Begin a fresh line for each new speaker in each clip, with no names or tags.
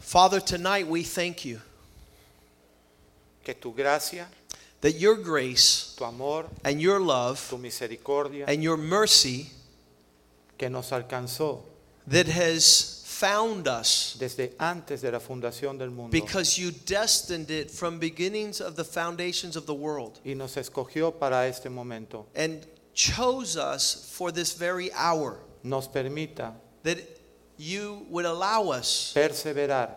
Father, tonight we thank you
que tu gracia,
that your grace
tu amor,
and your
tu
love
misericordia
and your mercy
que nos alcanzó
that has found us
desde antes de la fundación del mundo
because you destined it from beginnings of the foundations of the world
y nos escogió para este momento,
and chose us for this very hour
nos permita
that you would allow us
perseverar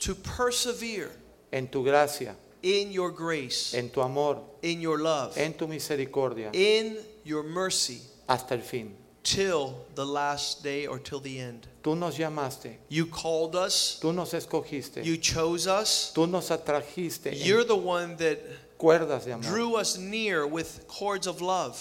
to persevere
en tu gracia,
in your grace
en tu amor,
in your love
en tu misericordia
in your mercy
hasta el fin.
till the last day or till the end
Tú nos llamaste,
you called us
tú nos escogiste,
you chose us
tú nos atrajiste
You're
en
the one that
cuerdas de amor.
drew us near with cords of love.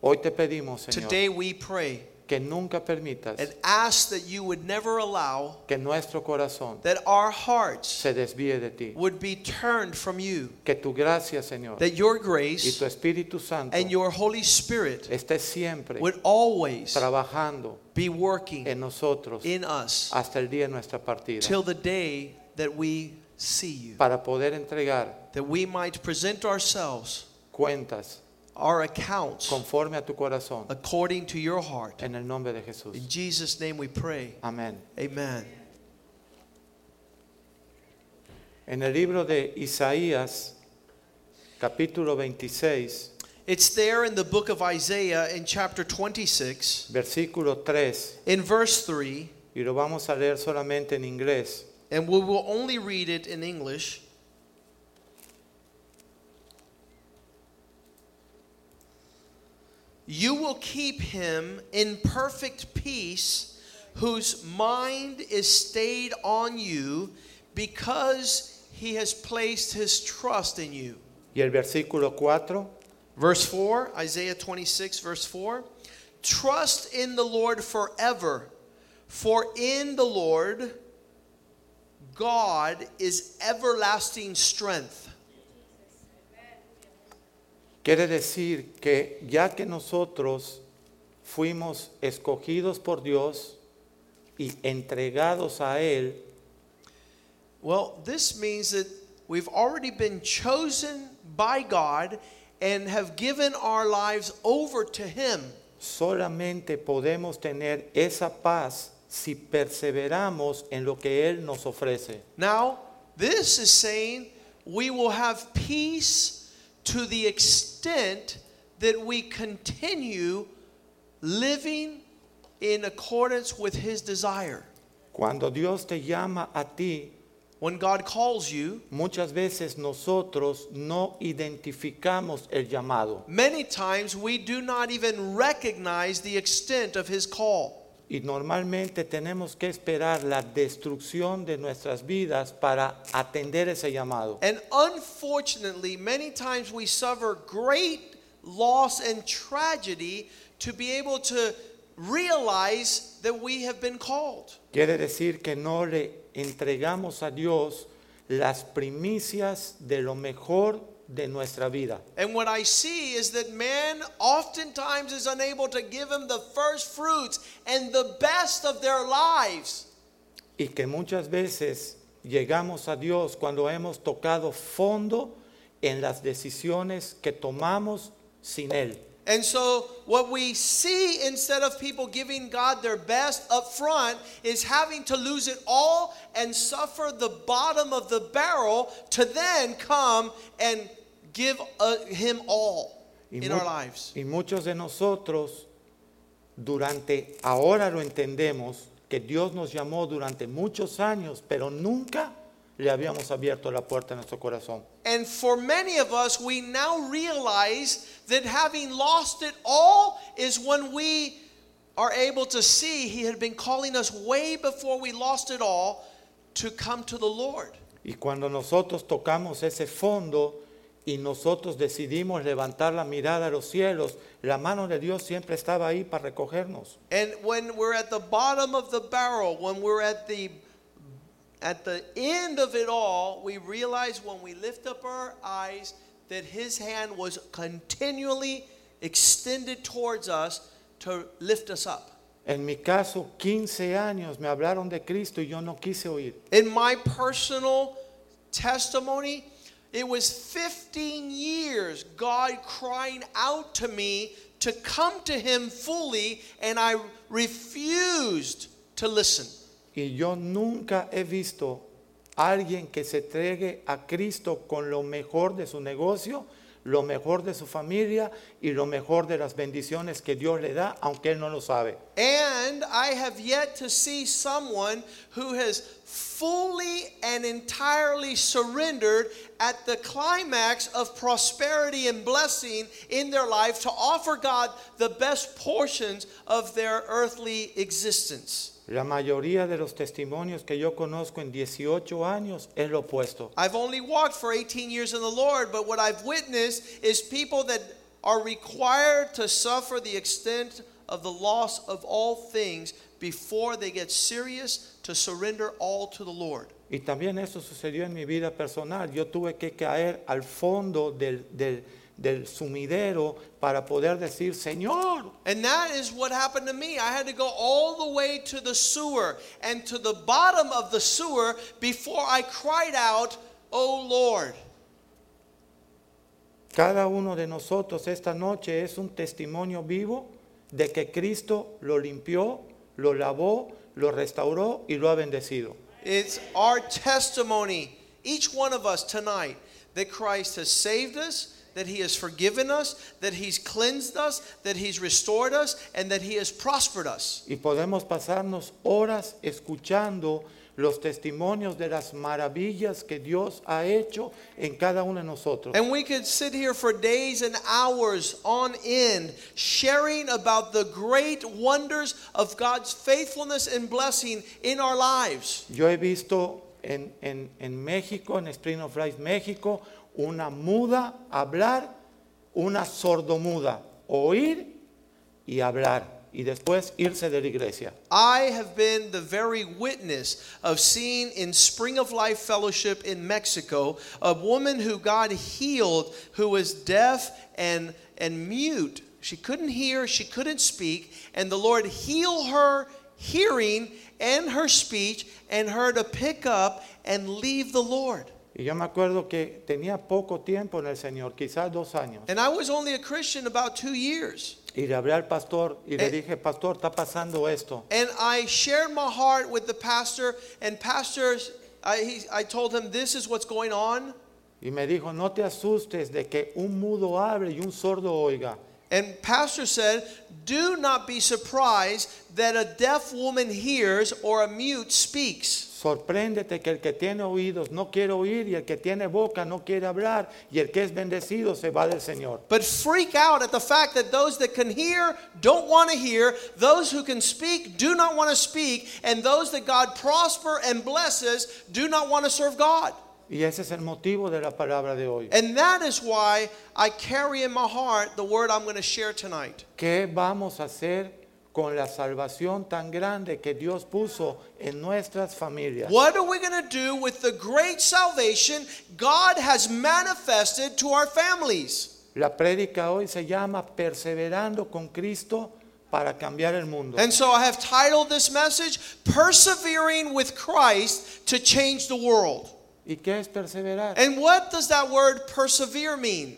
Hoy te pedimos, Señor,
Today we pray
que nunca permitas
and ask that you would never allow
que nuestro corazón
that our hearts
se desvíe de ti.
would be turned from you,
Que tu gracia, Señor,
that your
y
grace
tu Espíritu Santo
and your Holy Spirit
esté siempre
would always
trabajando
be working
en nosotros
in us
hasta el día de nuestra partida
till the day that we see you,
para poder entregar
that we might present ourselves,
cuentas
our accounts,
conforme a tu corazón
according to your heart.
en el nombre de Jesús.
In Jesus' name we pray.
Amén.
Amen.
En el libro de Isaías, capítulo 26,
It's there in the book of Isaiah in chapter 26,
versículo 3,
in verse 3,
y lo vamos a leer solamente en inglés.
and we will only read it in English. You will keep him in perfect peace whose mind is stayed on you because he has placed his trust in you.
Y el versículo 4,
Verse 4, Isaiah 26, verse 4. Trust in the Lord forever, for in the Lord God is everlasting strength.
Quiere decir que ya que nosotros fuimos escogidos por Dios y entregados a Él,
Well, this means that we've already been chosen by God and have given our lives over to Him.
solamente podemos tener esa paz si perseveramos en lo que Él nos ofrece.
Now, this is saying we will have peace to the extent that we continue living in accordance with His desire.
Cuando Dios te llama a ti,
When God calls you,
muchas veces nosotros no identificamos el llamado
many times we do not even recognize the extent of His call.
y normalmente tenemos que esperar la destrucción de nuestras vidas para atender ese llamado.
And unfortunately, many times we suffer great loss and tragedy to be able to realize that we have been called.
Quiere decir que no le entregamos a Dios las primicias de lo mejor de nuestra vida.
And what I see is that man oftentimes is unable to give him the first fruits and the best of their lives.
Y que muchas veces llegamos a Dios cuando hemos tocado fondo en las decisiones que tomamos sin Él.
And so, what we see instead of people giving God their best up front is having to lose it all and suffer the bottom of the barrel to then come and give uh, Him all
Y,
in
mu-
our lives.
y muchos de nosotros durante, ahora lo entendemos, que Dios nos llamó durante muchos años, pero nunca le habíamos abierto la puerta a nuestro corazón.
And for many of us, we now realize that having lost it all is when we are able to see He had been calling us way before we lost it all to come to the Lord.
Y cuando nosotros tocamos ese fondo y nosotros decidimos levantar la mirada a los cielos, la mano de Dios siempre estaba ahí para recogernos.
And when we're at the bottom of the barrel, when we're at the at the end of it all, we realize when we lift up our eyes that his hand was continually extended towards us to lift us up.
En mi caso, 15 años me hablaron de Cristo y yo no quise oír.
In my personal testimony, it was 15 years God crying out to me to come to Him fully, and I refused to listen.
Y yo nunca he visto a alguien que se entregue a Cristo con lo mejor de su negocio, lo mejor de su familia y lo mejor de las bendiciones que Dios le da, aunque él no lo sabe.
And I have yet to see someone who has fully and entirely surrendered at the climax of prosperity and blessing in their life to offer God the best portions of their earthly existence.
La mayoría de los testimonios que yo conozco en 18 años es lo opuesto.
I've only walked for 18 years in the Lord, but what I've witnessed is people that are required to suffer the extent of the loss of all things before they get serious to surrender all to the Lord.
Y también eso sucedió en mi vida personal. Yo tuve que caer al fondo del, del- del sumidero para poder decir, Señor,
And that is what happened to me. I had to go all the way to the sewer and to the bottom of the sewer before I cried out, Oh Lord.
cada uno de nosotros esta noche es un testimonio vivo de que Cristo lo limpió, lo lavó, lo restauró y lo ha bendecido.
It's our testimony, each one of us tonight, that Christ has saved us, that He has forgiven us, that He's cleansed us, that He's restored us, and that He has prospered us.
Y podemos pasarnos horas escuchando los testimonios de las maravillas que Dios ha hecho en cada uno de nosotros.
And we could sit here for days and hours on end sharing about the great wonders of God's faithfulness and blessing in our lives.
Yo he visto en, en- en México, en Spring of Life México, una muda hablar, una sordomuda oír y hablar y después irse de la iglesia.
I have been the very witness of seeing in Spring of Life Fellowship in Mexico a woman who God healed who was deaf and, and mute. She couldn't hear, she couldn't speak, and the Lord healed her hearing and her speech and her to pick up and leave the Lord.
Y yo me acuerdo que tenía poco tiempo en el Señor, quizás dos años,
And I was only a Christian about two years.
y le hablé al pastor y le
Eh.
dije, pastor, está pasando esto.
And I shared my heart with the pastor, and pastor, I, he, I told him, This is what's going on.
Y me dijo, no te asustes de que un mudo hable y un sordo oiga.
And pastor said, "Do not be surprised that a deaf woman hears or a mute speaks."
Sorpréndete que el que tiene oídos no quiere oír y el que tiene boca no quiere hablar y el que es bendecido se va del Señor.
But freak out at the fact that those that can hear don't want to hear, those who can speak do not want to speak, and those that God prosper and blesses do not want to serve God.
Y ese es el motivo de la palabra de hoy.
And that is why I carry in my heart the word I'm going to share tonight.
¿Qué vamos a hacer con la salvación tan grande que Dios puso en nuestras familias?
What are we going to do with the great salvation God has manifested to our families?
La prédica hoy se llama Perseverando con Cristo para cambiar el mundo.
And so I have titled this message, Persevering with Christ to Change the World.
¿Y qué es perseverar?
And what does that word persevere mean?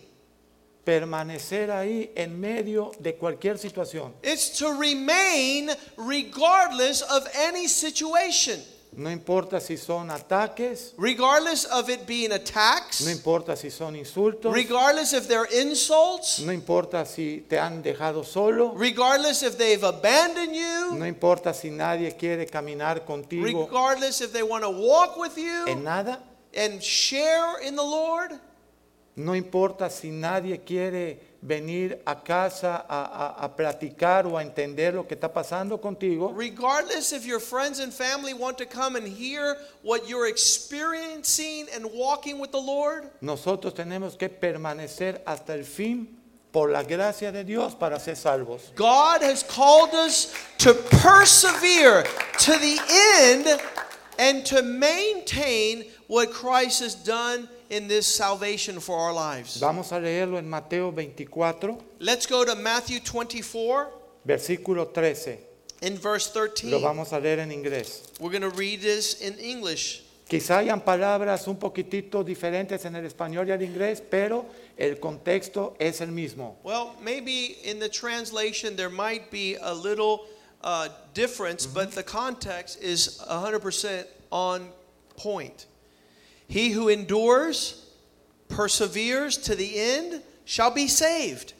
Permanecer ahí en medio de cualquier situación.
It's to remain regardless of any situation,
No importa si son ataques,
regardless of it being
no
attacks,
importa si son insultos,
regardless if they're insults,
No importa si te han dejado solo,
regardless if they've abandoned you,
no importa si nadie quiere caminar contigo
regardless if they want to walk with
en
you
nada,
and share in the Lord.
No importa si nadie quiere venir a casa a, a- a platicar o a entender lo que está pasando contigo.
Regardless if your friends and family want to come and hear what you're experiencing and walking with the Lord,
Nosotros tenemos que permanecer hasta el fin por la gracia de Dios para ser salvos.
God has called us to persevere to the end and to maintain what Christ has done in this salvation for our lives.
Vamos a leerlo en Mateo 24,
Let's go to Matthew 24
versículo 13.
in verse
Lo
13.
vamos a leer en inglés.
We're going to read this in English.
Quizá hayan palabras un poquitito diferentes en el español y el inglés, pero el contexto es el mismo.
Well, maybe in the translation there might be a little uh, difference, but the context is 100% on point. He who endures, perseveres to the end, shall be saved.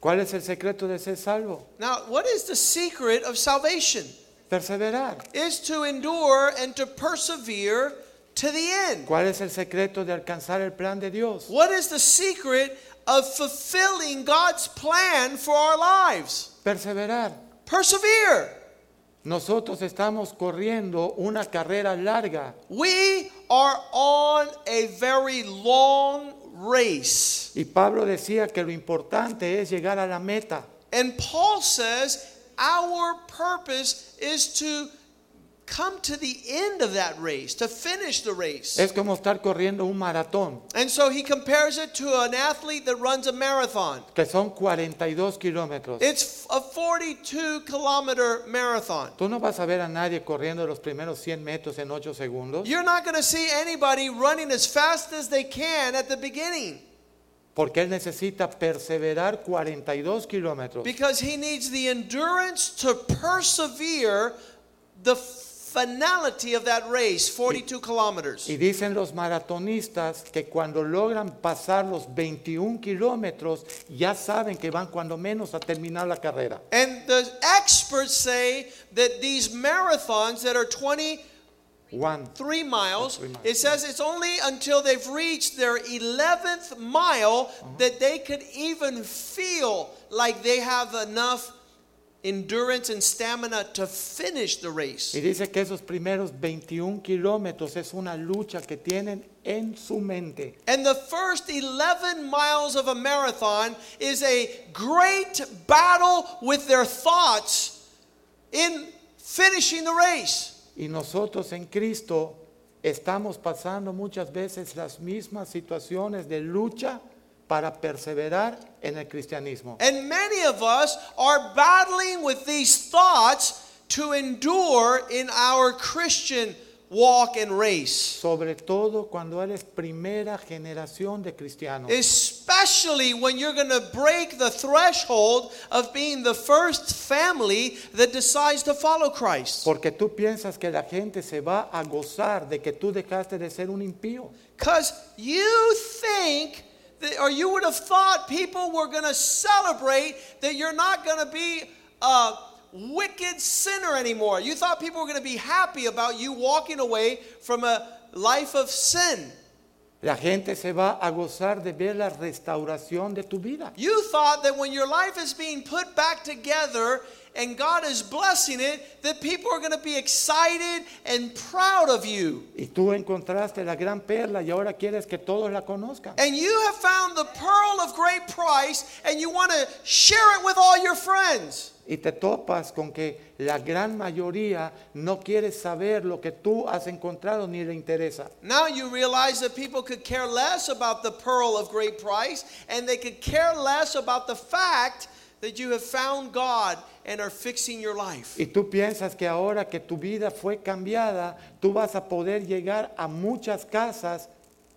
¿Cuál es el secreto de ser salvo?
Now, what is the secret of salvation?
Perseverar.
Is to endure and to persevere to the end.
¿Cuál es el secreto de alcanzar el plan de Dios?
What is the secret of fulfilling God's plan for our lives?
Perseverar.
Persevere.
Nosotros estamos corriendo una carrera larga
We are on a very long race.
y Pablo decía que lo importante es llegar a la meta.
And Paul says our purpose is to come to the end of that race, to finish the race.
Es como estar corriendo un maratón,
And so he compares it to an athlete that runs a marathon.
que son 42 kilómetros.
It's a 42 kilometer marathon.
Tú no vas a ver a nadie corriendo los primeros 100 metros en 8 segundos.
You're not going to see anybody running as fast as they can at the beginning
Porque él necesita perseverar 42 kilómetros.
because he needs the endurance to persevere the finality of that race, 42 kilometers.
Y dicen los maratonistas que cuando logran pasar los 21 kilómetros, ya saben que van cuando menos a terminar la carrera.
And the experts say that these marathons that are 23
Juan,
miles,
Three miles.
it says it's only until they've reached their 11th mile that they could even feel like they have enough endurance and stamina to finish the race.
Y dice que esos primeros 21 kilómetros es una lucha que tienen en su mente.
And the first 11 miles of a marathon is a great battle with their thoughts in finishing the race.
Y nosotros en Cristo estamos pasando muchas veces las mismas situaciones de lucha para perseverar en el cristianismo.
And many of us are battling with these thoughts to endure in our Christian walk and race.
sobre todo cuando eres primera generación de cristianos.
Especially when you're going to break the threshold of being the first family that decides to follow Christ.
Porque tú piensas que la gente se va a gozar de que tú dejaste de ser un impío.
Because you think, that, or you would have thought people were going to celebrate that you're not going to be a wicked sinner anymore. You thought people were going to be happy about you walking away from a life of sin.
La gente se va a gozar de ver la restauración de tu vida.
You thought that when your life is being put back together and God is blessing it, that people are going to be excited and proud of you.
Y tú encontraste la gran perla y ahora quieres que todos la conozcan.
And you have found the pearl of great price and you want to share it with all your friends.
Y te topas con que la gran mayoría no quiere saber lo que tú has encontrado ni le interesa.
Now you realize that people could care less about the pearl of great price and they could care less about the fact that you have found God and are fixing your life.
Y tú piensas que ahora que tu vida fue cambiada, tú vas a poder llegar a muchas casas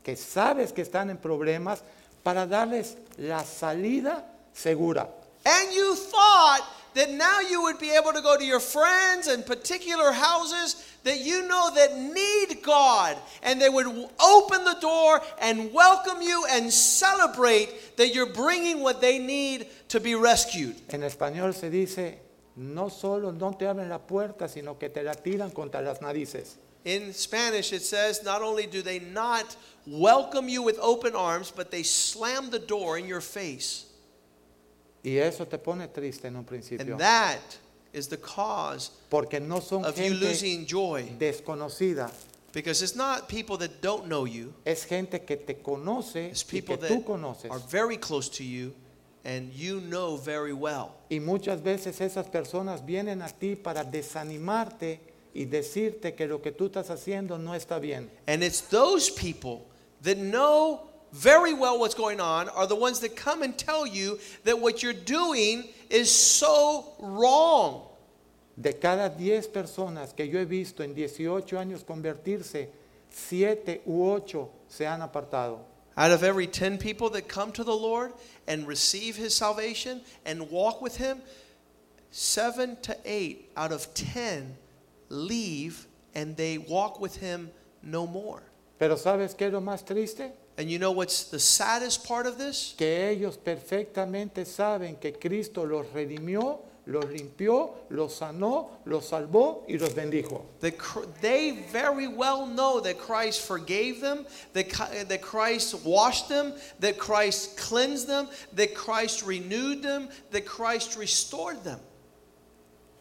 que sabes que están en problemas para darles la salida segura.
And you thought that now you would be able to go to your friends and particular houses that you know that need God and they would w- open the door and welcome you and celebrate that you're bringing what they need to be rescued.
En español se dice, no solo no te abren la puerta, sino que te la tiran contra las narices.
In Spanish, it says, not only do they not welcome you with open arms, but they slam the door in your face.
Y eso te pone triste en un principio.
And that is the cause
Porque no son
of you
gente
losing joy.
desconocida.
Because it's not people that don't know you,
Es gente que te conoce
it's
y que
people
tú
that
conoces.
are very close to you and you know very well.
Y muchas veces esas personas vienen a ti para desanimarte y decirte que lo que tú estás haciendo no está bien.
And it's those people that know very well what's going on are the ones that come and tell you that what you're doing is so wrong.
De cada 10 personas que yo he visto en 18 años convertirse, 7 u 8 se han apartado.
Out of every 10 people that come to the Lord and receive his salvation and walk with him, 7 to 8 out of 10 leave and they walk with him no more.
Pero ¿sabes qué es lo más triste?
And you know what's the saddest part of this?
Que ellos perfectamente saben que Cristo los redimió, los limpió, los sanó, los salvó y los bendijo.
That Cr- they very well know that Christ forgave them, that, Chi- that Christ washed them, that Christ cleansed them, that Christ renewed them, that Christ restored them.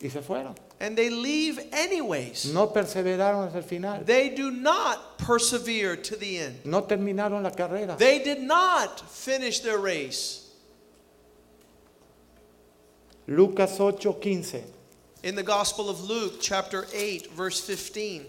Y se fueron.
And they leave anyways.
No perseveraron hasta el final.
They do not persevere to the end.
No terminaron la carrera.
They did not finish their race.
Lucas 8:15.
In the Gospel of Luke, chapter 8, verse 15.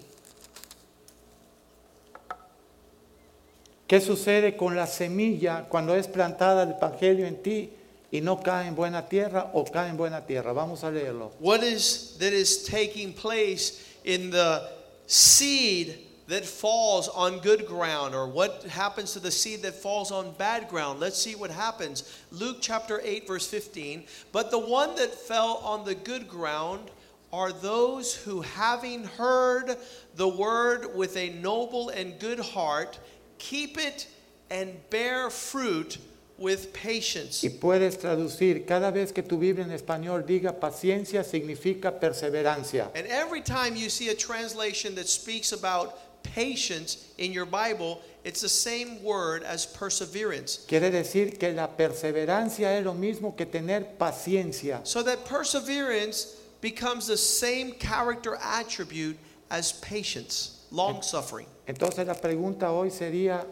¿Qué sucede con la semilla cuando es plantada el evangelio en ti y no cae en buena tierra o cae en buena tierra? Vamos a leerlo.
What is that is taking place in the seed that falls on good ground, or what happens to the seed that falls on bad ground? Let's see what happens. Luke chapter 8, verse 15. But the one that fell on the good ground are those who, having heard the word with a noble and good heart, keep it and bear fruit with patience.
Y puedes traducir, cada vez que tu Biblia en español diga paciencia significa perseverancia.
And every time you see a translation that speaks about patience in your Bible, it's the same word as perseverance.
Quiere decir que la perseverancia es lo mismo que tener paciencia.
So that perseverance becomes the same character attribute as patience, long suffering.
Entonces la pregunta hoy sería,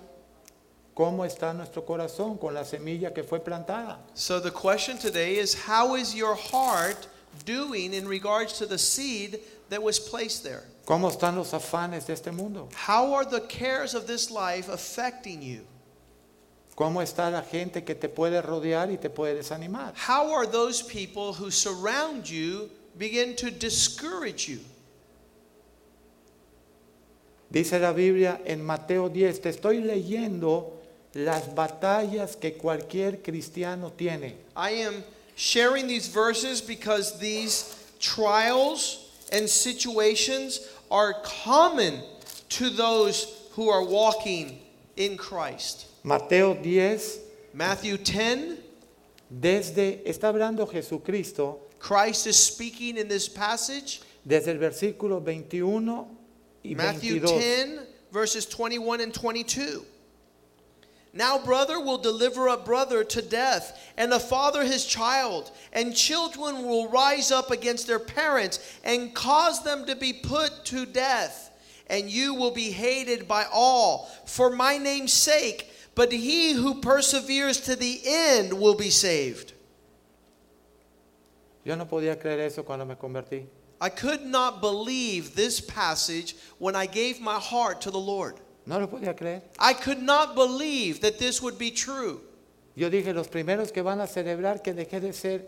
¿cómo está nuestro corazón con la semilla que fue plantada?
So the question today is how is your heart doing in regards to the seed that was placed there?
¿Cómo están los afanes de este mundo?
How are the cares of this life affecting you?
¿Cómo está la gente que te puede rodear y te puede desanimar?
How are those people who surround you begin to discourage you?
Dice la Biblia en Mateo 10, te estoy leyendo las batallas que cualquier cristiano tiene.
I am sharing these verses because these trials and situations are common to those who are walking in Christ.
Mateo 10,
Matthew 10,
desde, está hablando Jesucristo,
Christ is speaking in this passage.
desde el versículo 21 y
Matthew
22.
10, verses 21 and 22. Now, brother will deliver a brother to death, and a father his child, and children will rise up against their parents and cause them to be put to death. And you will be hated by all for my name's sake, but he who perseveres to the end will be saved.
Yo no podía creer eso cuando me convertí.
I could not believe this passage when I gave my heart to the Lord.
No lo podía creer.
I could not believe that this would be true.
Yo dije, los primeros que van a celebrar que dejé de ser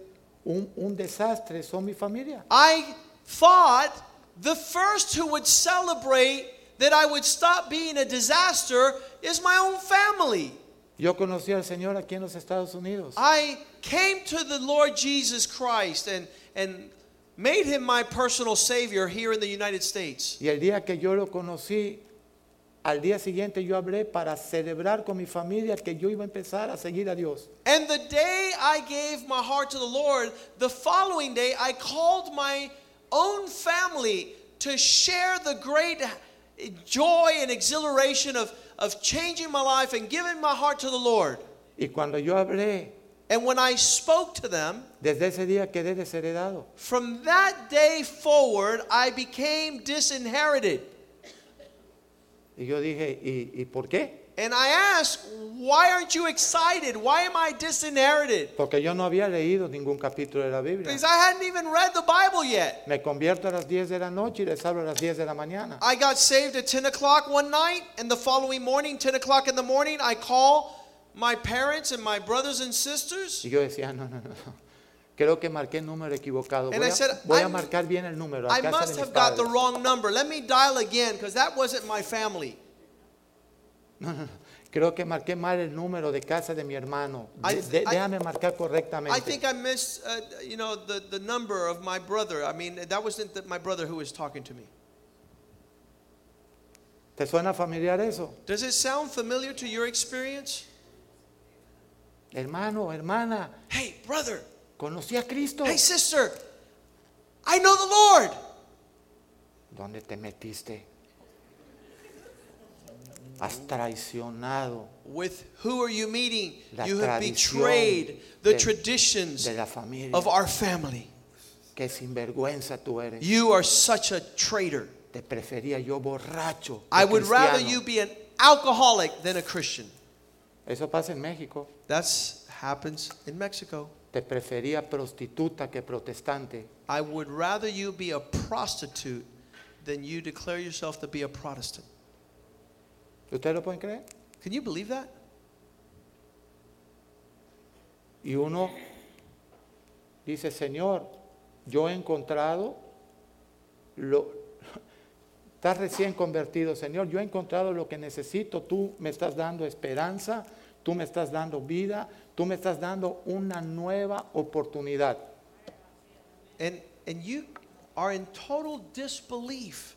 un, un desastre son mi familia.
I thought the first who would celebrate that I would stop being a disaster is my own family.
Yo conocí al Señor aquí en los Estados Unidos.
I came to the Lord Jesus Christ and, and made him my personal savior here in the United States.
Y el día que yo lo conocí, al día siguiente yo hablé para celebrar con mi familia que yo iba a empezar a seguir a Dios.
And the day I gave my heart to the Lord, the following day I called my own family to share the great joy and exhilaration of, of changing my life and giving my heart to the Lord.
Y cuando yo hablé,
And when I spoke to them,
desde ese día quedé desheredado.
from that day forward, I became disinherited.
Y yo dije, ¿y, y por qué?
And I asked, Why aren't you excited? Why am I disinherited?
Porque yo no había leído ningún capítulo de la Biblia.
Because I hadn't even read the Bible yet.
Me convierto a las 10 de la noche y les hablo a las 10 de la mañana.
I got saved at 10 o'clock one night, and the following morning, 10 o'clock in the morning, I call my parents and my brothers and sisters.
Y yo decía, no, no, no, no. creo que marqué el número equivocado. Voy
And I
a,
said,
voy a
I'm-
marcar bien el número. a
I
casa de
must
mis
have got the
padres.
wrong number. Let me dial again because that wasn't my family.
Creo que marqué mal el número de casa de mi hermano.
I-
De- de-
I-
déjame marcar
I
correctamente.
think I missed, uh, you know, the, the number of my brother. I mean, that wasn't the, my brother who was talking to me.
¿Te suena familiar eso?
Does it sound familiar to your experience?
Hermano, hermana,
Hey, brother.
conocí a Cristo.
Hey, sister. I know the Lord.
¿Dónde te metiste? Has traicionado
With who are you meeting?
La
you have
tradición
betrayed the
del-
traditions
de la familia.
of our family.
Qué sinvergüenza tú eres.
You are such a traitor.
Te prefería yo borracho. que
I would rather
cristiano.
you be an alcoholic than a Christian.
Eso pasa en México.
That's happens in Mexico.
Te prefería prostituta que protestante.
I would rather you be a prostitute than you declare yourself to be a Protestant.
¿Ustedes lo pueden creer?
Can you believe that?
Y uno dice, Señor, yo he encontrado, lo, estás recién convertido, Señor, yo he encontrado lo que necesito, tú me estás dando esperanza, tú me estás dando vida, tú me estás dando una nueva oportunidad.
And and you are in total disbelief.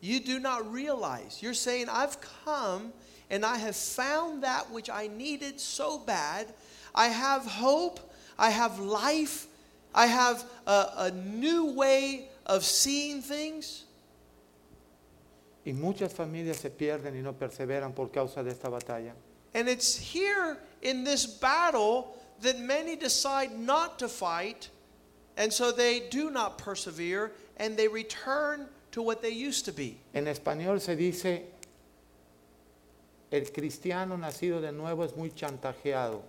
You do not realize. You're saying, I've come and I have found that which I needed so bad. I have hope. I have life. I have a, a new way of seeing things.
Y muchas familias se pierden y no perseveran por causa de esta batalla.
And it's here in this battle that many decide not to fight, and so they do not persevere, and they return to what they used to be.
En español se dice, el cristiano nacido de nuevo es muy chantajeado.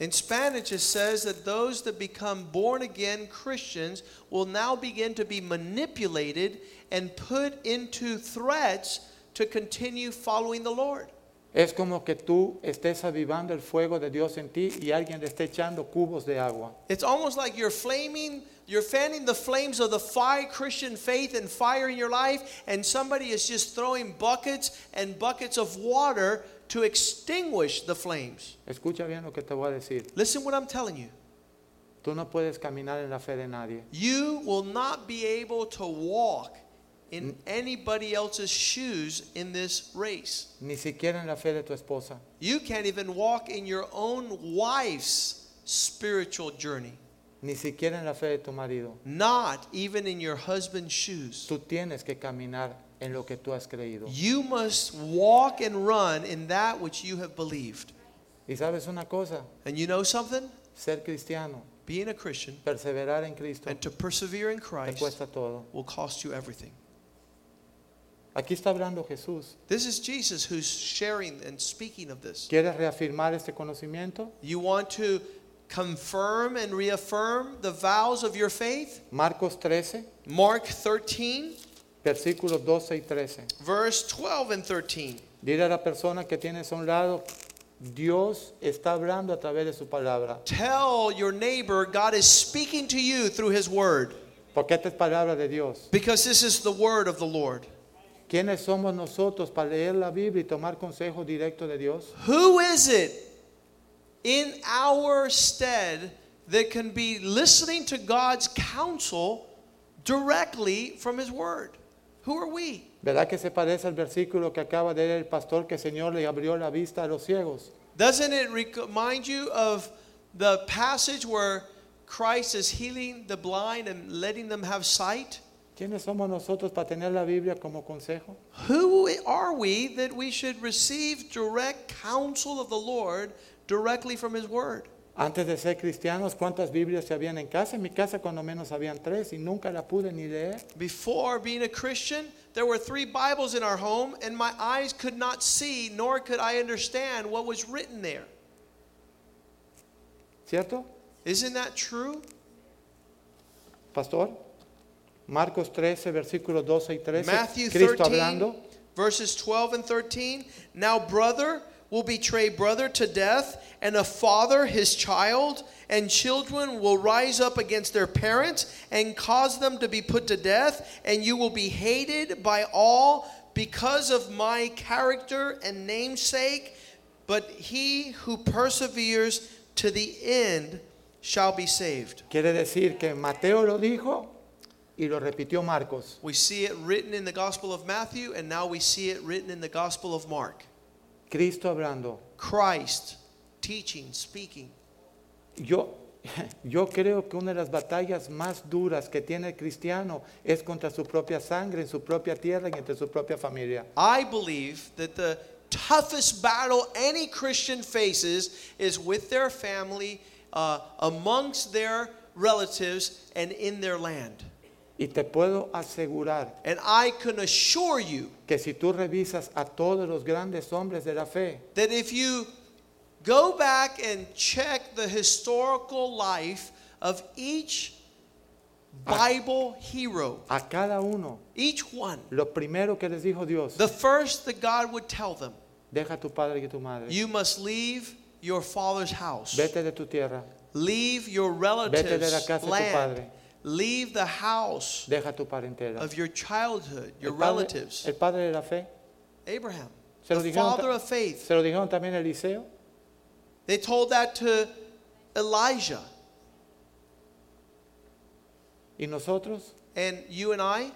In Spanish, it says that those that become born again Christians will now begin to be manipulated and put into threats to continue following the Lord.
Es como que tú estés avivando el fuego de Dios en ti y alguien le esté echando cubos de agua.
It's almost like you're flaming, you're fanning the flames of the fire, Christian faith and fire in your life, and somebody is just throwing buckets and buckets of water to extinguish the flames.
Escucha bien lo que te voy a decir.
Listen what I'm telling you.
Tú no puedes caminar en la fe de nadie.
You will not be able to walk in anybody else's shoes in this race.
Ni siquiera en la fe de tu esposa.
You can't even walk in your own wife's spiritual journey,
Ni siquiera en la fe de tu marido.
not even in your husband's shoes.
Tú tienes que caminar en lo que tú has creído.
You must walk and run in that which you have believed.
Y sabes una cosa,
And you know something?
ser cristiano,
Being a Christian
perseverar en Cristo,
and to persevere in
te
Christ
cuesta todo.
will cost you everything.
Aquí está hablando Jesús.
This is Jesus who's sharing and speaking of this.
¿Quieres reafirmar este conocimiento?
You want to confirm and reaffirm the vows of your faith?
Marcos 13,
Mark 13,
versículos 12 y 13.
verse 12 and 13.
Dile a la persona que tienes a un lado, Dios está hablando a través de su palabra.
Tell your neighbor God is speaking to you through his word
Porque esta es palabra de Dios.
because this is the word of the Lord.
¿Quiénes somos nosotros para leer la Biblia y tomar consejos directos de Dios?
Who is it in our stead that can be listening to God's counsel directly from his word? Who are we?
¿Verdad que se parece al versículo que acaba de leer el pastor que el Señor le abrió la vista a los ciegos?
Doesn't it remind you of the passage where Christ is healing the blind and letting them have sight?
¿Quiénes somos nosotros para tener la Biblia como consejo?
Who are we that we should receive direct counsel of the Lord directly from His Word?
Antes de ser cristianos, ¿cuántas Biblias se habían en casa? En mi casa cuando menos habían tres y nunca la pude ni leer.
Before being a Christian, there were three Bibles in our home, and my eyes could not see nor could I understand what was written there.
¿Cierto?
Isn't that true?
Pastor, Marcos 13, versículos 12 y 13.
Matthew
Cristo
13,
hablando.
verses 12 and 13. Now, brother will betray brother to death, and a father his child, and children will rise up against their parents and cause them to be put to death, and you will be hated by all because of my character and namesake. But he who perseveres to the end shall be saved.
Quiere decir que Mateo lo dijo y lo repitió Marcos.
We see it written in the Gospel of Matthew, and now we see it written in the Gospel of Mark.
Cristo hablando.
Christ teaching, speaking.
Yo, yo creo que una de las batallas más duras que tiene el cristiano es contra su propia sangre, en su propia tierra y entre su propia familia.
I believe that the toughest battle any Christian faces is with their family, uh, amongst their relatives, and in their land.
Y te puedo asegurar
And I can assure you
que si tú revisas a todos los grandes hombres de la fe,
that if you go back and check the historical life of each Bible hero,
a cada uno,
each one,
lo primero que les dijo Dios,
the first that God would tell them,
deja a tu padre y a tu madre,
you must leave your father's house,
vete de tu tierra,
leave your
Vete de la
relatives'
casa de tu
land,
padre.
leave the house
deja tu parentela.
of your childhood, your
El padre-
relatives.
el padre de la fe.
Abraham,
Se lo
the
dijeron ta-
father of faith.
Se lo dijeron también a Eliseo.
They told that to Elijah.
¿Y nosotros?
And you and I,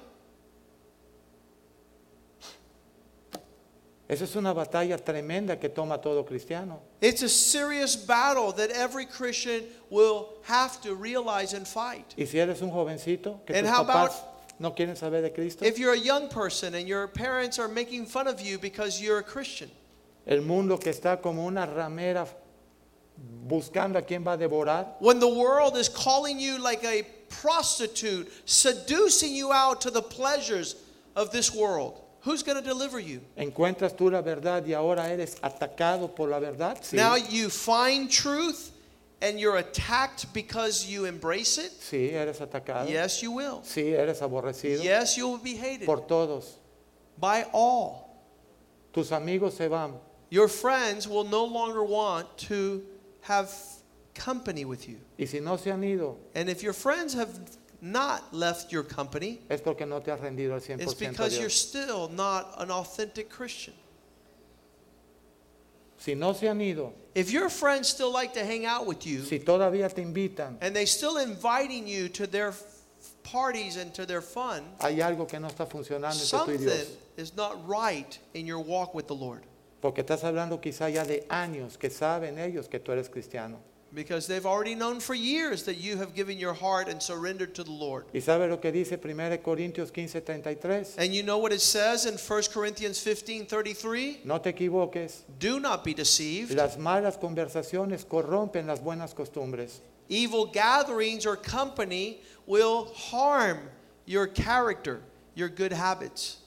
Esa es una batalla tremenda que toma todo cristiano.
It's a serious battle that every Christian will have to realize and fight.
Y si eres un jovencito que
And
tus
how
papás no quieren saber de Cristo,
If you're a young person and your parents are making fun of you because you're a Christian,
el mundo que está como una ramera buscando a quien va a devorar,
when the world is calling you like a prostitute, seducing you out to the pleasures of this world, who's going to deliver you?
encuentras tú la verdad y ahora eres atacado por la verdad. Sí,
Now you find truth and you're attacked because you embrace it?
sí eres atacado.
Yes, you will.
Sí, eres aborrecido
Yes, you will be hated
por todos.
by all.
Tus amigos se van.
Your friends will no longer want to have company with you.
Y si no se han ido,
And if your friends have not left your company,
es porque no te has rendido al 100%
it's
a
because you're
Dios.
still not an authentic Christian.
Si no se han ido,
If your friends still like to hang out with you
si todavía te invitan,
and they still inviting you to their f- parties and to their fun,
hay algo que no está funcionando entre tú y
something
Dios.
is not right in your walk with the Lord
Porque estás hablando quizá ya de años que saben ellos que tú eres cristiano.
because they've already known for years that you have given your heart and surrendered to the Lord.
¿Y sabes lo que dice 1 Corintios 15:33?
And you know what it says in 1 Corinthians 15:33?
No te equivoques,
Do not be deceived.
las malas conversaciones corrompen las buenas costumbres.
Evil gatherings or company will harm your character, your good habits.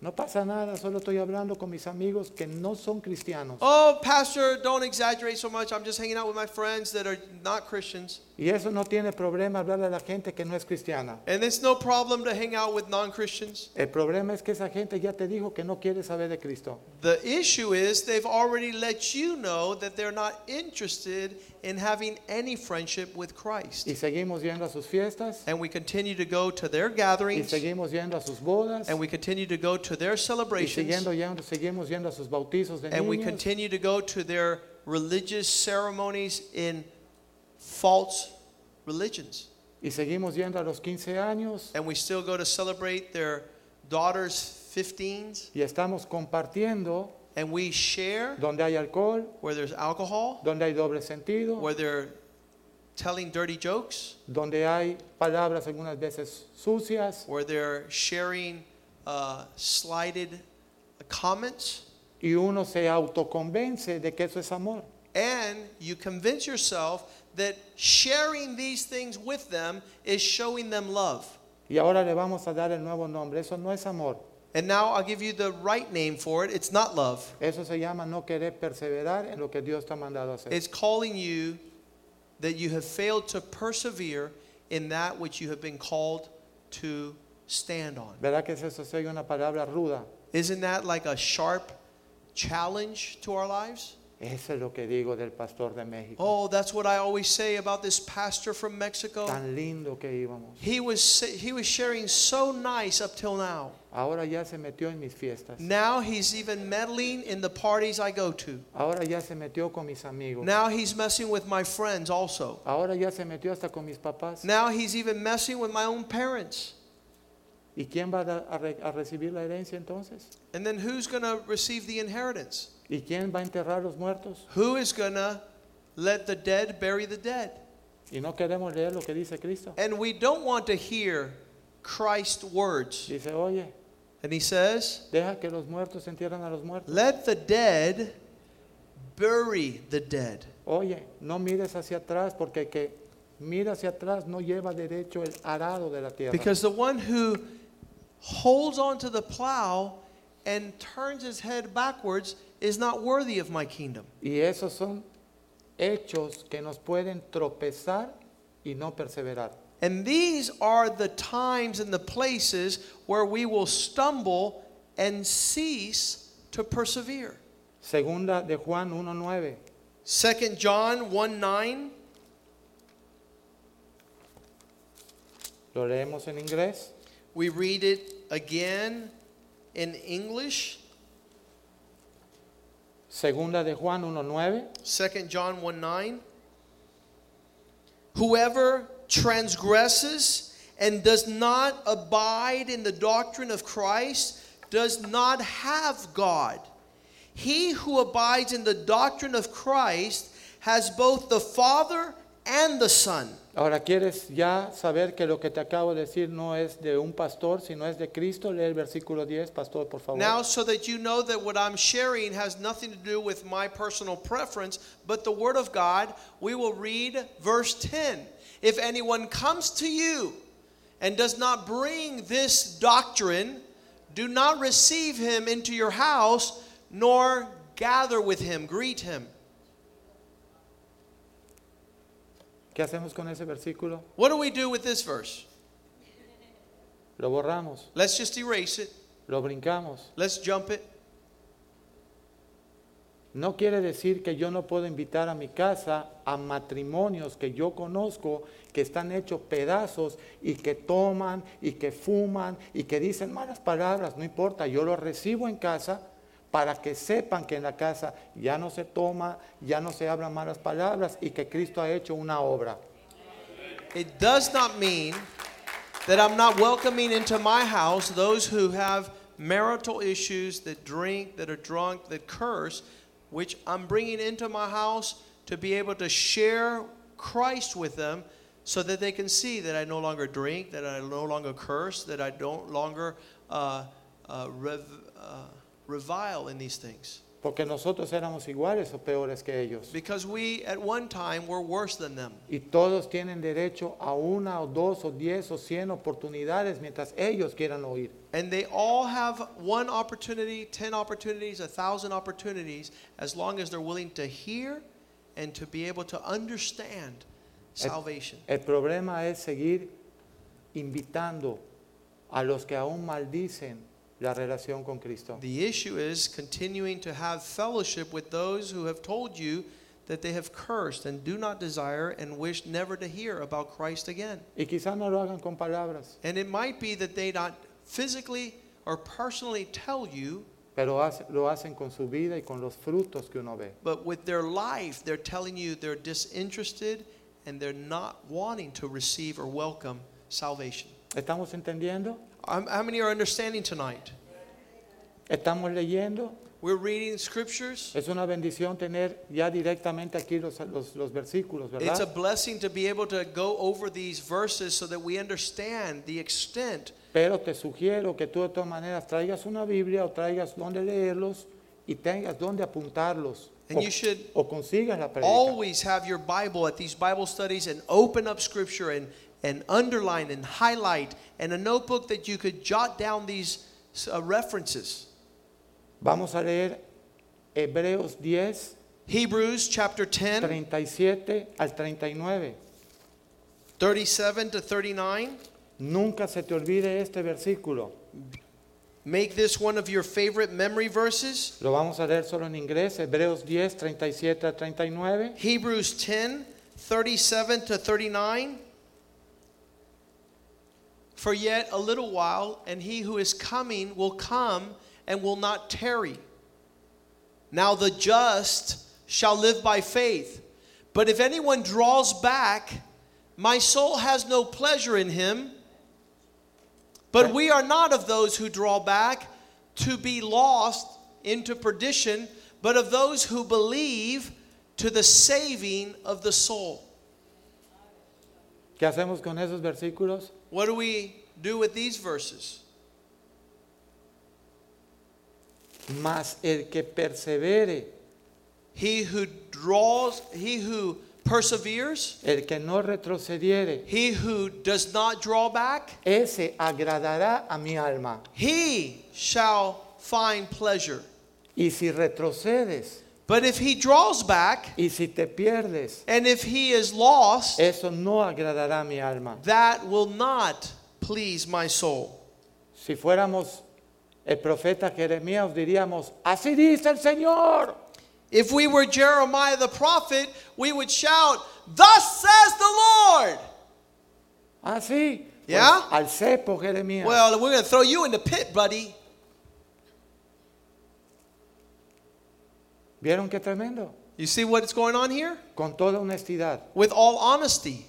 No pasa nada, solo estoy hablando con mis amigos que no son cristianos.
Oh, Pastor, don't exaggerate so much. I'm just hanging out with my friends that are not Christians.
Y eso no tiene problema hablarle a la gente que no es cristiana.
And it's no problem to hang out with non Christians.
El problema es que esa gente ya te dijo que no quiere saber de Cristo.
The issue is they've already let you know that they're not interested in having any friendship with Christ.
Y seguimos yendo a sus fiestas,
And we continue to go to their
y
gatherings,
seguimos yendo a sus bodas,
and we continue to go to their
y
celebrations.
siguiendo yendo- seguimos yendo a sus bautizos de
And we
niños.
continue to go to their religious ceremonies in false religions.
Y seguimos yendo a los 15 años
And we still go to celebrate their daughter's 15s.
y estamos compartiendo
And we share
donde hay alcohol,
where there's alcohol,
donde hay doble sentido,
where there telling dirty jokes,
donde hay palabras algunas veces sucias
where they're sharing uh, slighted comments,
y uno se autoconvence de que eso es amor.
and you convince yourself that sharing these things with them is showing them love.
Y ahora le vamos a dar el nuevo nombre. Eso no es amor.
And now I'll give you the right name for it. It's not love.
Eso se llama no querer perseverar en lo que Dios te ha mandado a hacer.
It's calling you that you have failed to persevere in that which you have been called to stand on.
¿Verdad que eso se oye una palabra ruda?
Isn't that like a sharp challenge to our lives?
Eso es lo que digo del pastor de México.
Oh, that's what I always say about this pastor from Mexico.
Tan lindo que íbamos.
He was sa- he was sharing so nice up till now.
Ahora ya se metió en mis fiestas.
Now he's even meddling in the parties I go to.
Ahora ya se metió con mis amigos.
Now he's messing with my friends also.
Ahora ya se metió hasta con mis papás.
Now he's even messing with my own parents.
¿Y quién va a, dar- a re- a recibir la herencia entonces?
And then who's going to receive the inheritance?
¿Y quién va a enterrar los muertos?
Who is going to let the dead bury the dead?
Y no queremos leer lo que dice Cristo.
And we don't want to hear Christ's words.
Dice, oye,
And he says,
deja que los muertos entierren a los muertos.
Let the dead bury the dead.
Oye, no mires hacia atrás porque el que mira hacia atrás no lleva derecho el arado de la tierra.
Because the one who holds on to the plow and turns his head backwards is not worthy of my kingdom.
y esos son hechos que nos pueden tropezar y no perseverar.
And these are the times and the places where we will stumble and cease to persevere.
Segunda de Juan 1.9.
2 John 1 9.
Lo leemos en inglés.
We read it again in English.
Segunda de Juan 1.9.
2 John 1 9. Whoever transgresses and does not abide in the doctrine of Christ does not have God. He who abides in the doctrine of Christ has both the Father and the Son.
Ahora, ¿quieres ya saber que lo que te acabo de decir no es de un pastor, sino es de Cristo? Lee el versículo 10, pastor, por favor.
Now, so that you know that what I'm sharing has nothing to do with my personal preference, but the Word of God, we will read verse 10. If anyone comes to you and does not bring this doctrine, do not receive him into your house, nor gather with him, greet him.
¿Qué hacemos con ese versículo?
What do we do with this verse?
Lo borramos,
Let's just erase it,
lo brincamos.
let's jump it.
No quiere decir que yo no puedo invitar a mi casa a matrimonios que yo conozco, que están hechos pedazos y que toman y que fuman y que dicen malas palabras, no importa, yo los recibo en casa para que sepan que en la casa ya no se toma, ya no se hablan malas palabras y que Cristo ha hecho una obra.
It does not mean that I'm not welcoming into my house those who have marital issues that drink, that are drunk, that curse, which I'm bringing into my house to be able to share Christ with them so that they can see that I no longer drink, that I no longer curse, that I don't longer uh, uh, rev- uh, revile in these things.
Porque nosotros éramos iguales o peores que ellos.
Because we, at one time, were worse than them.
Y todos tienen derecho a una o dos o diez o cien oportunidades mientras ellos quieran oír.
And they all have one opportunity, 10 opportunities, a thousand opportunities, as long as they're willing to hear and to be able to understand salvation.
El problema es seguir invitando a los que aún maldicen la relación con Cristo.
The issue is continuing to have fellowship with those who have told you that they have cursed and do not desire and wish never to hear about Christ again.
Y quizás no lo hagan con palabras,
And it might be that they not physically or personally tell you,
pero hace- lo hacen con su vida y con los frutos que uno ve.
But with their life, they're telling you they're disinterested and they're not wanting to receive or welcome salvation.
¿Estamos entendiendo?
Um, How many are understanding tonight?
¿Estamos leyendo?
We're reading scriptures.
Es una bendición tener ya directamente aquí los, los- los versículos,
It's a
¿verdad?
blessing to be able to go over these verses so that we understand the extent.
Pero te sugiero que tú de todas maneras traigas una Biblia o traigas donde leerlos y tengas donde apuntarlos.
And
O,
you should
o consigas la predica.
Always have your Bible at these Bible studies and open up scripture and, and underline and highlight and a notebook that you could jot down these uh, references.
Vamos a leer Hebreos 10,
Hebrews chapter 10,
37 al 39.
37 to 39.
Nunca se te olvide este versículo.
Make this one of your favorite memory verses.
Lo vamos a leer solo en inglés, Hebreos 10, 37 al 39.
Hebrews 10, 37 to 39. For yet a little while, and he who is coming will come and will not tarry. Now the just shall live by faith. But if anyone draws back, my soul has no pleasure in him. But we are not of those who draw back to be lost into perdition, but of those who believe to the saving of the soul.
¿Qué hacemos con esos versículos?
What do we do with these verses?
Mas el que persevere,
He who draws, he who perseveres,
el que no retrocediere,
he who does not draw back,
ese agradará a mi alma.
he shall find pleasure.
Y si retrocedes,
But if he draws back,
y si te pierdes,
and if he is lost,
eso no agradará a mi alma.
that will not please my soul.
Si fuéramos el profeta Jeremías, diríamos, así dice el Señor.
If we were Jeremiah the prophet, we would shout, Thus says the Lord.
Así. Pues,
Yeah.
al cepo, Jeremías.
Well, we're going to throw you in the pit, buddy.
¿Vieron qué tremendo?
You see what's going on here?
Con toda honestidad.
With all honesty,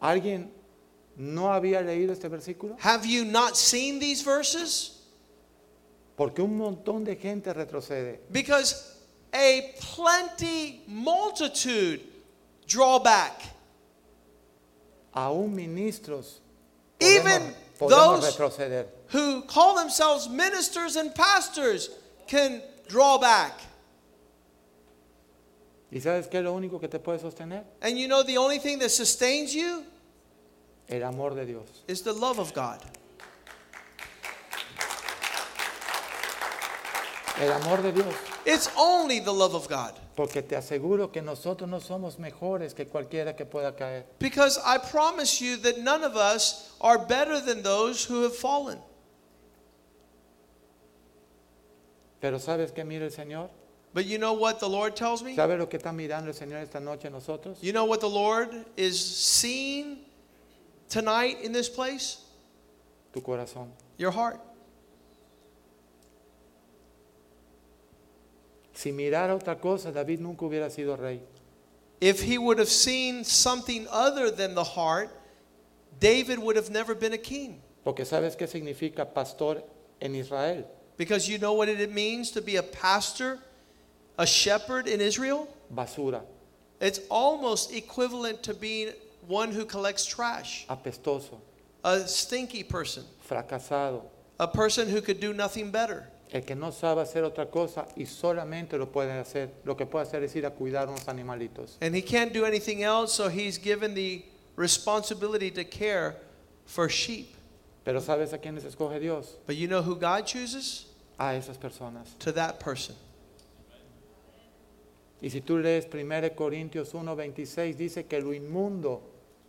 ¿Alguien no había leído este versículo?
have you not seen these verses?
Porque un montón de gente retrocede.
Because a plenty multitude draw back.
Aún ministros
Even
podemos, podemos
those-
retroceder.
Who call themselves ministers and pastors can draw back.
¿Y sabes qué es lo único que te puede sostener?
And you know the only thing that sustains you
El amor de Dios.
is the love of God.
El amor de Dios.
It's only the love of God.
Porque te aseguro que nosotros no somos mejores que cualquiera que pueda caer.
Because I promise you that none of us are better than those who have fallen.
Pero ¿sabes qué mira el Señor?
But you know what the Lord tells me?
¿Sabes lo que está mirando el Señor esta noche en nosotros?
You know what the Lord is seeing tonight in this place?
Tu corazón.
Your heart.
Si mirara otra cosa, David nunca hubiera sido rey.
If he would have seen something other than the heart, David would have never been a king.
Porque ¿sabes qué significa pastor en Israel?
Because you know what it means to be a pastor, a shepherd in Israel?
Basura,
It's almost equivalent to being one who collects trash,
apestoso,
a stinky person.
fracasado,
a person who could do nothing better.
el que no sabe hacer otra cosa y solamente lo puede hacer, lo que puede hacer es ir a cuidar unos animalitos.
And he can't do anything else, so he's given the responsibility to care for sheep.
Pero ¿sabes a quiénes escoge Dios?
But you know who God chooses?
A esas personas.
To that person.
Y si tú lees 1 Corintios 1:26, dice que lo inmundo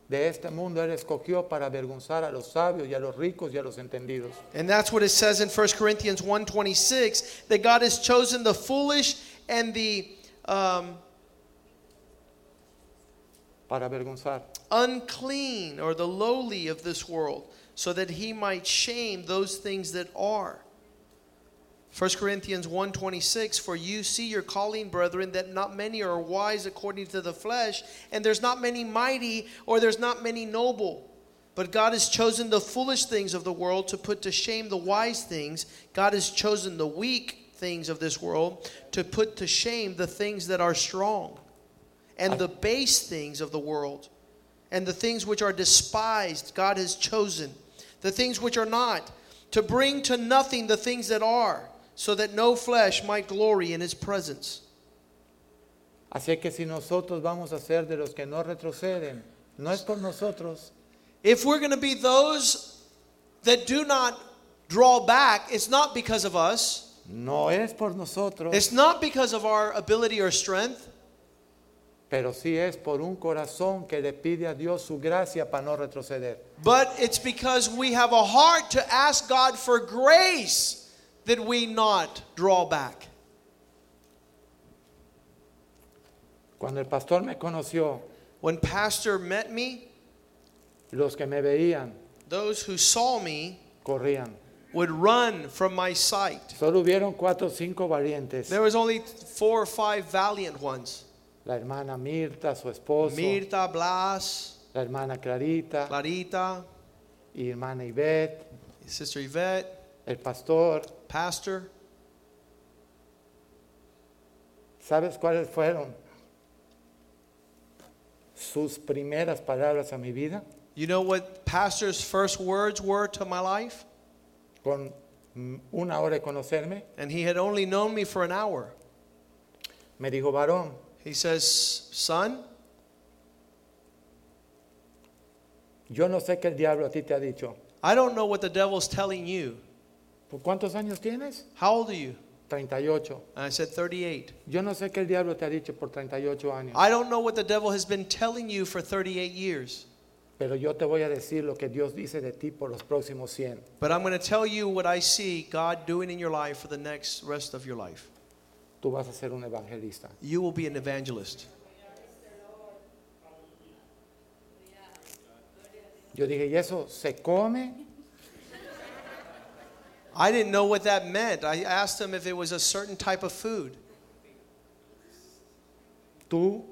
de este mundo él escogió para avergonzar a los sabios y a los ricos y a los entendidos.
And that's what it says in 1 Corinthians 1:26 that God has chosen the foolish and the um,
Para avergonzar.
unclean or the lowly of this world so that he might shame those things that are 1 corinthians 1.26 for you see your calling brethren that not many are wise according to the flesh and there's not many mighty or there's not many noble but god has chosen the foolish things of the world to put to shame the wise things god has chosen the weak things of this world to put to shame the things that are strong and the base things of the world and the things which are despised God has chosen, the things which are not, to bring to nothing the things that are, so that no flesh might glory in his presence.
Así que si nosotros vamos a ser de los que no retroceden, no es por nosotros,
If we're going to be those that do not draw back, it's not because of us,
no es por nosotros,
it's not because of our ability or strength,
pero sí es por un corazón que le pide a Dios su gracia para no retroceder.
but it's because we have a heart to ask God for grace that we not draw back.
Cuando el pastor me conoció,
When pastor met me,
los que me veían
those who saw me
corrían.
would run from my sight.
Solo hubieron cuatro o cinco valientes.
There was only four or five valiant ones.
La hermana Mirta, su esposo,
Mirta, Blas,
la hermana Clarita,
Clarita,
y hermana Ivette,
Sister Yvette,
el pastor.
Pastor.
¿Sabes cuáles fueron sus primeras palabras a mi vida?
You know what pastor's first words were to my life?
Con mm, una hora de conocerme,
And he had only known me for an hour.
me dijo, varón,
He says, Son,
yo no sé qué el diablo a ti te ha dicho.
I don't know what the devil's telling you.
¿Por cuántos años tienes?
How old are you?
38.
And I said, 38.
Yo no sé qué el diablo te ha dicho por 38 años,
I don't know what the devil has been telling you for 38 years.
pero yo te voy a decir lo que Dios dice de ti por los próximos 100.
But I'm going to tell you what I see God doing in your life for the next rest of your life.
Tú vas a ser un evangelista.
You will be an evangelist.
Yo dije, ¿y eso se come?
I didn't know what that meant. I asked him if it was a certain type of food.
Tú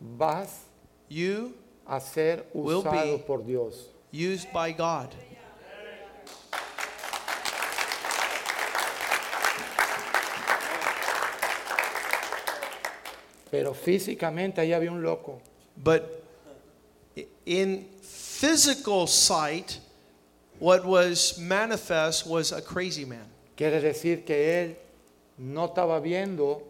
vas
You
a ser
Will be-
usado por Dios.
used by God.
Pero físicamente ahí había un loco.
But i- in physical sight, what was manifest was a crazy man.
Quiere decir que él no estaba viendo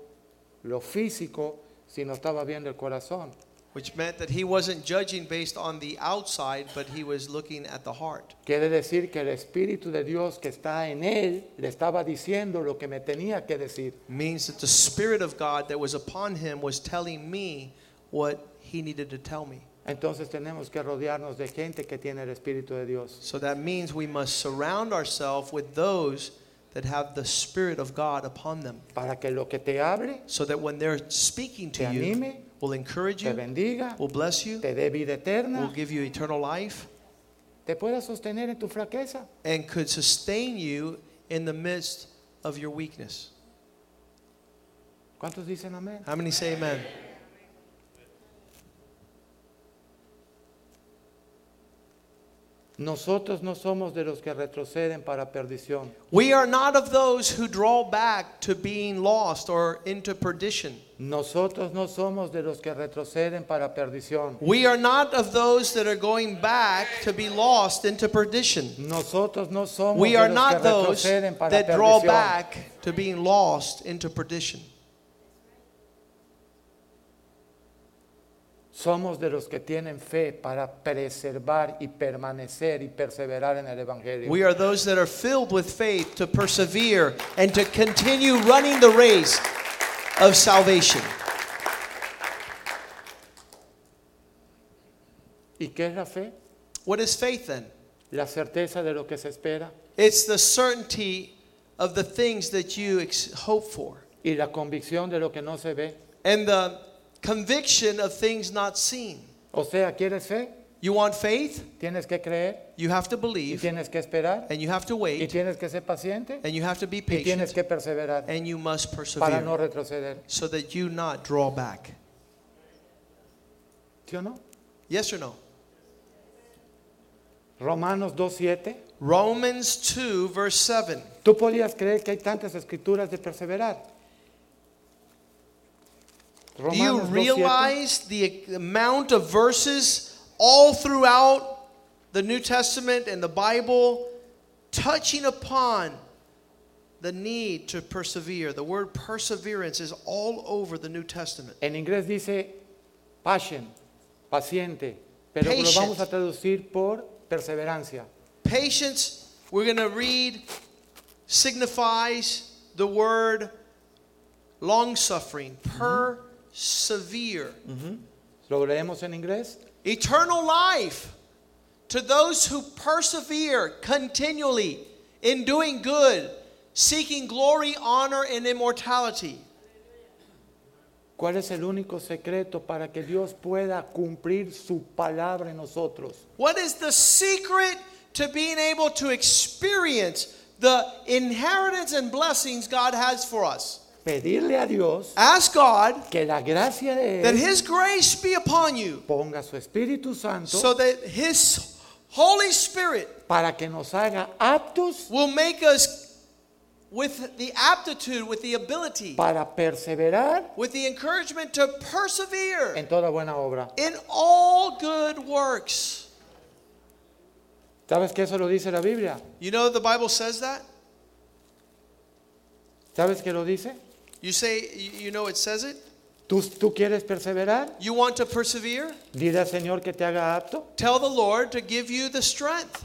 lo físico, sino estaba viendo el corazón.
Which meant that he wasn't judging based on the outside, but he was looking at the heart.
Quiere decir que el Espíritu de Dios que está en él le estaba diciendo lo que me tenía que decir.
means that the Spirit of God that was upon him was telling me what he needed to tell me.
Entonces tenemos que rodearnos de gente que tiene el Espíritu de Dios.
So that means we must surround ourselves with those that have the Spirit of God upon them.
Para que lo que te hable,
So that when they're speaking
Te
to you,
anime,
will encourage
te
you,
bendiga,
will bless you,
te dé vida
will
eterna,
give you eternal life,
te pueda sostener en tu flaqueza.
and could sustain you in the midst of your weakness.
¿Cuántos dicen amén?
How many say amen?
Nosotros no somos de los que retroceden para perdición.
We are not of those who draw back to being lost or into perdition.
Nosotros no somos de los que retroceden para perdición.
We are not of those that are going back to be lost into perdition.
Nosotros no somos
We
de
are
los
not
que
those
retroceden para
that
perdición.
draw back to being lost into perdition.
Somos de los que tienen fe para preservar y permanecer y perseverar en el evangelio.
We are those that are filled with faith to persevere and to continue running the race of salvation.
¿Y qué es la fe?
What is faith then?
La certeza de lo que se espera
It's the certainty of the things that you ex- hope for
y la convicción de lo que no se ve.
and the conviction of things not seen.
O sea, ¿quieres fe?
You want faith?
Tienes que creer
You have to
y
believe
tienes que esperar
and you have to
y
wait
tienes que ser paciente
and you have to be
y
patient.
tienes que perseverar
and you must
para
persevere
no retroceder.
so that you not draw back.
¿Sí o no?
Yes or no?
Romanos 2.7.
Romans 2, verse 7.
¿Tú podías creer que hay tantas escrituras de perseverar?
Do you
Romanos 2:7.
realize the amount of verses all throughout the New Testament and the Bible touching upon the need to persevere? The word perseverance is all over the New Testament.
En inglés dice patient, paciente, pero
Patient.
lo vamos a traducir por perseverancia.
Patience, we're going to read, signifies the word long suffering, persevere.
¿Lo leemos en inglés?
Eternal life to those who persevere continually in doing good, seeking glory, honor, and immortality.
¿Cuál es el único secreto para que Dios pueda cumplir su palabra en nosotros?
What is the secret to being able to experience the inheritance and blessings God has for us?
Pedirle a Dios
Ask God
que la gracia de
that
Él
His grace be upon you
ponga su Espíritu Santo
so that His Holy Spirit
para que nos haga aptos
will make us with the aptitude, with the ability.
para perseverar
with the encouragement to persevere
en toda buena obra.
in all good works.
¿Sabes que eso lo dice la Biblia?
You know the Bible says that?
¿Sabes que lo dice?
You say you you know it says it?
¿Tú, tú quieres perseverar?
You want to persevere?
Dile al Señor que te haga apto.
Tell the Lord to give you the strength.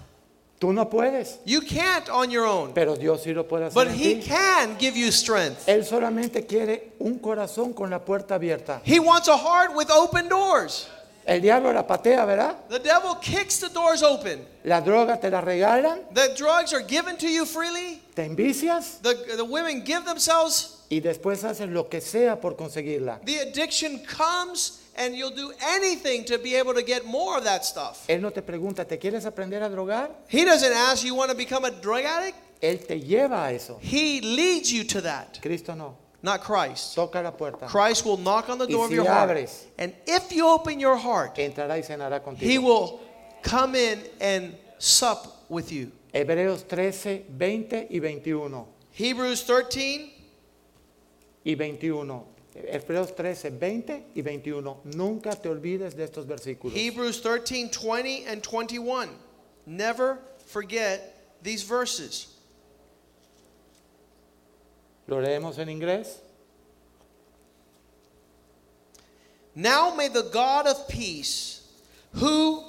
Tú no puedes,
You can't on your own,
pero Dios sí lo puede hacer.
but
en
he
ti.
can give you strength.
Él solamente quiere un corazón con la puerta abierta.
He wants a heart with open doors.
El diablo la patea, ¿verdad?
The devil kicks the doors open.
La droga te la regalan,
The drugs are given to you freely.
te envicias
The, the women give themselves.
y después haces lo que sea por conseguirla.
The addiction comes, and you'll do anything to be able to get more of that stuff.
Él no te pregunta, ¿te quieres aprender a drogar?
He doesn't ask you want to become a drug addict.
Él te lleva a eso.
He leads you to that,
Cristo no.
not Christ.
Toca la puerta.
Christ will knock on the
Y
door
si
of your heart.
abres.
And if you open your heart,
Entrará y cenará
he
contigo.
will come in and sup with you.
Hebreos 13, 20 y 21.
Hebrews 13,
y 21. Hebreos 13, 20 y 21. Nunca te olvides de estos versículos.
Hebrews 13, 20 and 21. Never forget these verses.
Lo leemos en inglés.
Now may the God of peace, who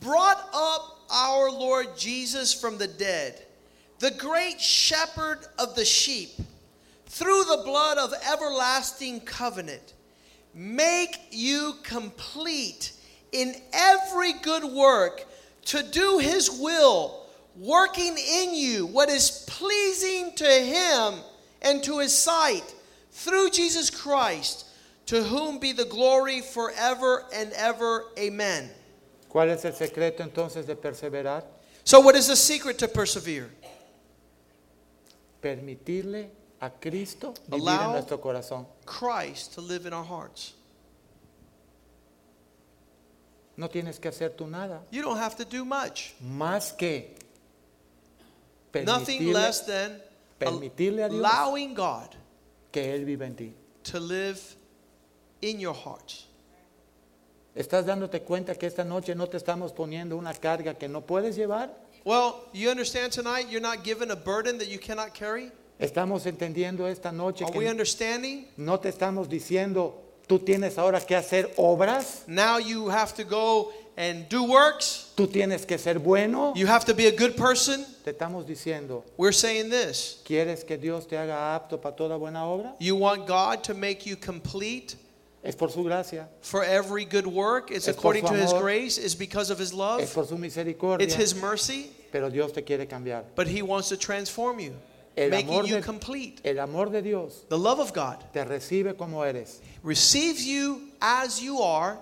brought up our Lord Jesus from the dead, the great shepherd of the sheep, through the blood of everlasting covenant, make you complete in every good work to do his will, working in you what is pleasing to him and to his sight through Jesus Christ, to whom be the glory forever and ever. Amen.
¿Cuál es el secreto entonces de perseverar?
So, what is the secret to persevere?
Permitirle a Cristo vivir en
Allow-
nuestro corazón.
Christ to live in our hearts.
No tienes que hacer tú nada
You don't have to do much.
más que
Nothing
permitirle,
less than
permitirle a Dios
allowing God
que Él vive en ti.
to live in your hearts.
¿Estás dándote cuenta que esta noche no te estamos poniendo una carga que no puedes llevar?
Well, you understand tonight you're not given a burden that you cannot carry?
¿Estamos entendiendo esta noche
Are
que
we understanding?
No te estamos diciendo, tú tienes ahora que hacer obras,
Now you have to go and do works.
tú tienes que ser bueno.
You have to be a good person.
Te estamos diciendo,
We're saying this.
¿quieres que Dios te haga apto para toda buena obra?
You want God to make you complete
Es por su gracia,
for every good work. It's
Es por
according
su
to his
amor.
grace, it's because of his
es
love,
por su misericordia,
it's his mercy.
pero Dios te quiere cambiar.
But he wants to transform you,
El
making
amor
you
de-
complete.
El amor de Dios
The love of God
te recibe como eres,
receives you as you are,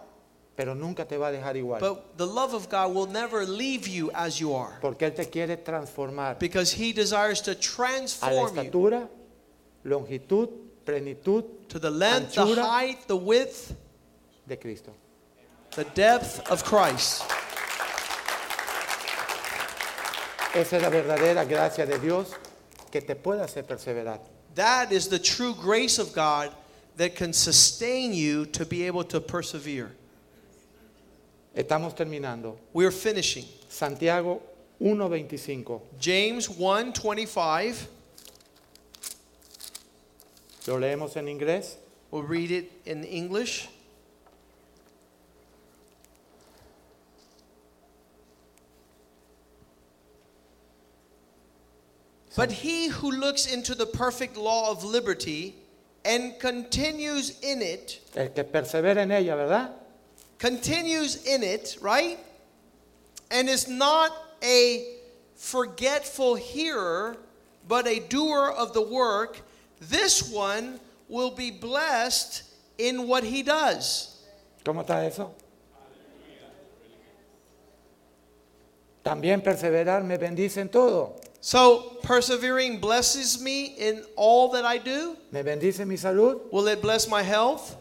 pero nunca te va a dejar igual,
but the love of God will never leave you as you are
porque Él te quiere transformar
because he desires to
a la
transform you
estatura, longitud, plenitud
to the length, the
anchura.
height, the width,
de Cristo.
the depth of Christ.
Esa es la verdadera gracia de Dios que te puede hacer perseverar.
That is the true grace of God that can sustain you to be able to persevere.
Estamos terminando.
We're finishing.
Santiago 1.25.
James 1:25.
Lo leemos en inglés.
We'll read it in English. But he who looks into the perfect law of liberty and continues in it,
El que persevera en ella, ¿verdad?
continues in it, right? And is not a forgetful hearer, but a doer of the work, this one will be blessed in what he does.
¿Cómo está eso? También perseverar me bendice en todo.
So, persevering blesses me in all that I do.
Me bendice en mi salud,
Will it bless my health?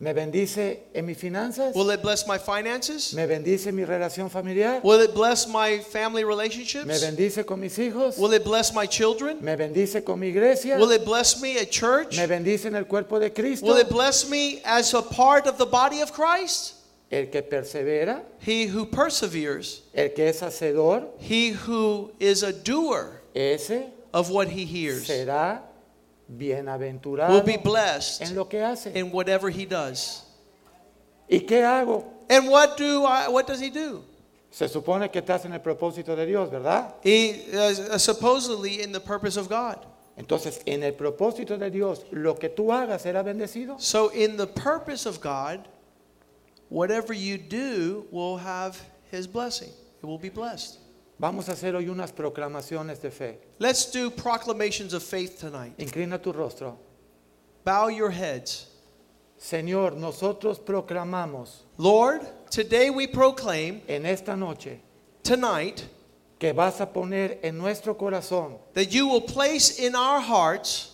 me bendice en mis finanzas,
Will it bless my finances?
me bendice en mi relación familiar,
Will it bless my family
me
relationships?
bendice con mis hijos,
Will it bless my children?
me bendice con mi iglesia,
Will it bless me at church?
me bendice en el cuerpo de Cristo.
Will it bless me as a part of the body of Christ?
El que persevera,
He who perseveres,
el que es hacedor,
he who is a doer
ese
of what he hears,
será bienaventurado
will be
en
blessed
lo que hace.
in whatever he does.
¿Y qué hago?
And what do I, what does he do?
Se supone que estás en el propósito de Dios, ¿verdad?
He uh, supposedly in the purpose of God.
Entonces, en el propósito de Dios, lo que tú hagas será bendecido.
So in the purpose of God, whatever you do will have his blessing. It will be blessed.
Vamos a hacer hoy unas proclamaciones de fe.
Let's do proclamations of faith tonight.
Inclina tu rostro.
Bow your heads.
Señor, nosotros proclamamos
Lord, today we proclaim
en esta noche
tonight
que vas a poner en nuestro corazón
that you will place in our hearts,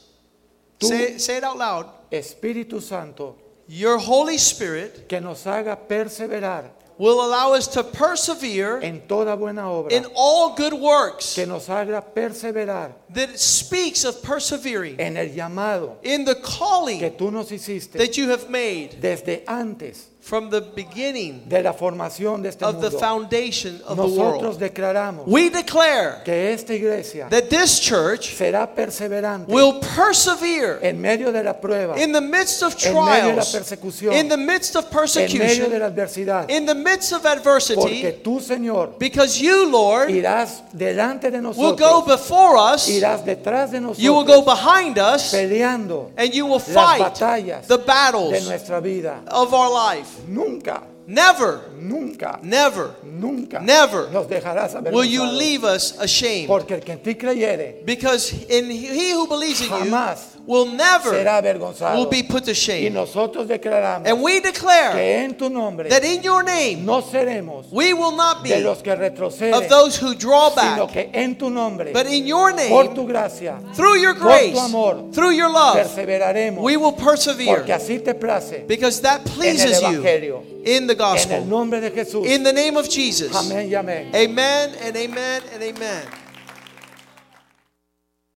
Tú-
say, say it out loud,
Espíritu Santo
your Holy Spirit
que nos haga perseverar
will allow us to persevere
en toda buena obra,
in all good works
que nos haga perseverar
that speaks of persevering
en el llamado
in the
que
calling
tú nos hiciste
that you have made
desde antes
from the beginning
de la formación de este
of the
mundo.
foundation of the
Nosotros
world.
declaramos
We declare
que esta iglesia
that this church
será perseverante
will persevere
en medio de la prueba,
in the midst of
en medio de la
trials,
persecución,
in the midst of
en medio de
persecution,
la adversidad,
in the midst of
porque
adversity,
tú, Señor,
because you, Lord,
irás delante de
will go
nosotros,
before us,
irás detrás de
you will go
nosotros,
behind us,
peleando
and you will
las
fight
batallas
the
de
battles
nuestra vida.
of our life.
Nunca,
Never,
nunca,
never
nunca
Never
nos dejarás
will you
avergonzados,
leave us ashamed,
porque el que en ti creyere
because in he who believes in you
jamás
will never
será avergonzado.
will be put to
y
shame.
nosotros declaramos
And we declare
que en tu nombre
that in your name
no seremos
we will not be
de los
of
que retroceden,
those who draw
sino
back,
que en tu nombre,
but in your
por
name,
tu gracia,
through your
por tu
grace,
amor,
through your love,
perseveraremos,
we will
porque
persevere
así te place.
because that pleases you
Evangelio.
in
En
the
el
gospel.
nombre de Jesús.
In the name of Jesus.
Amén y amén.
Amen and amen and amen.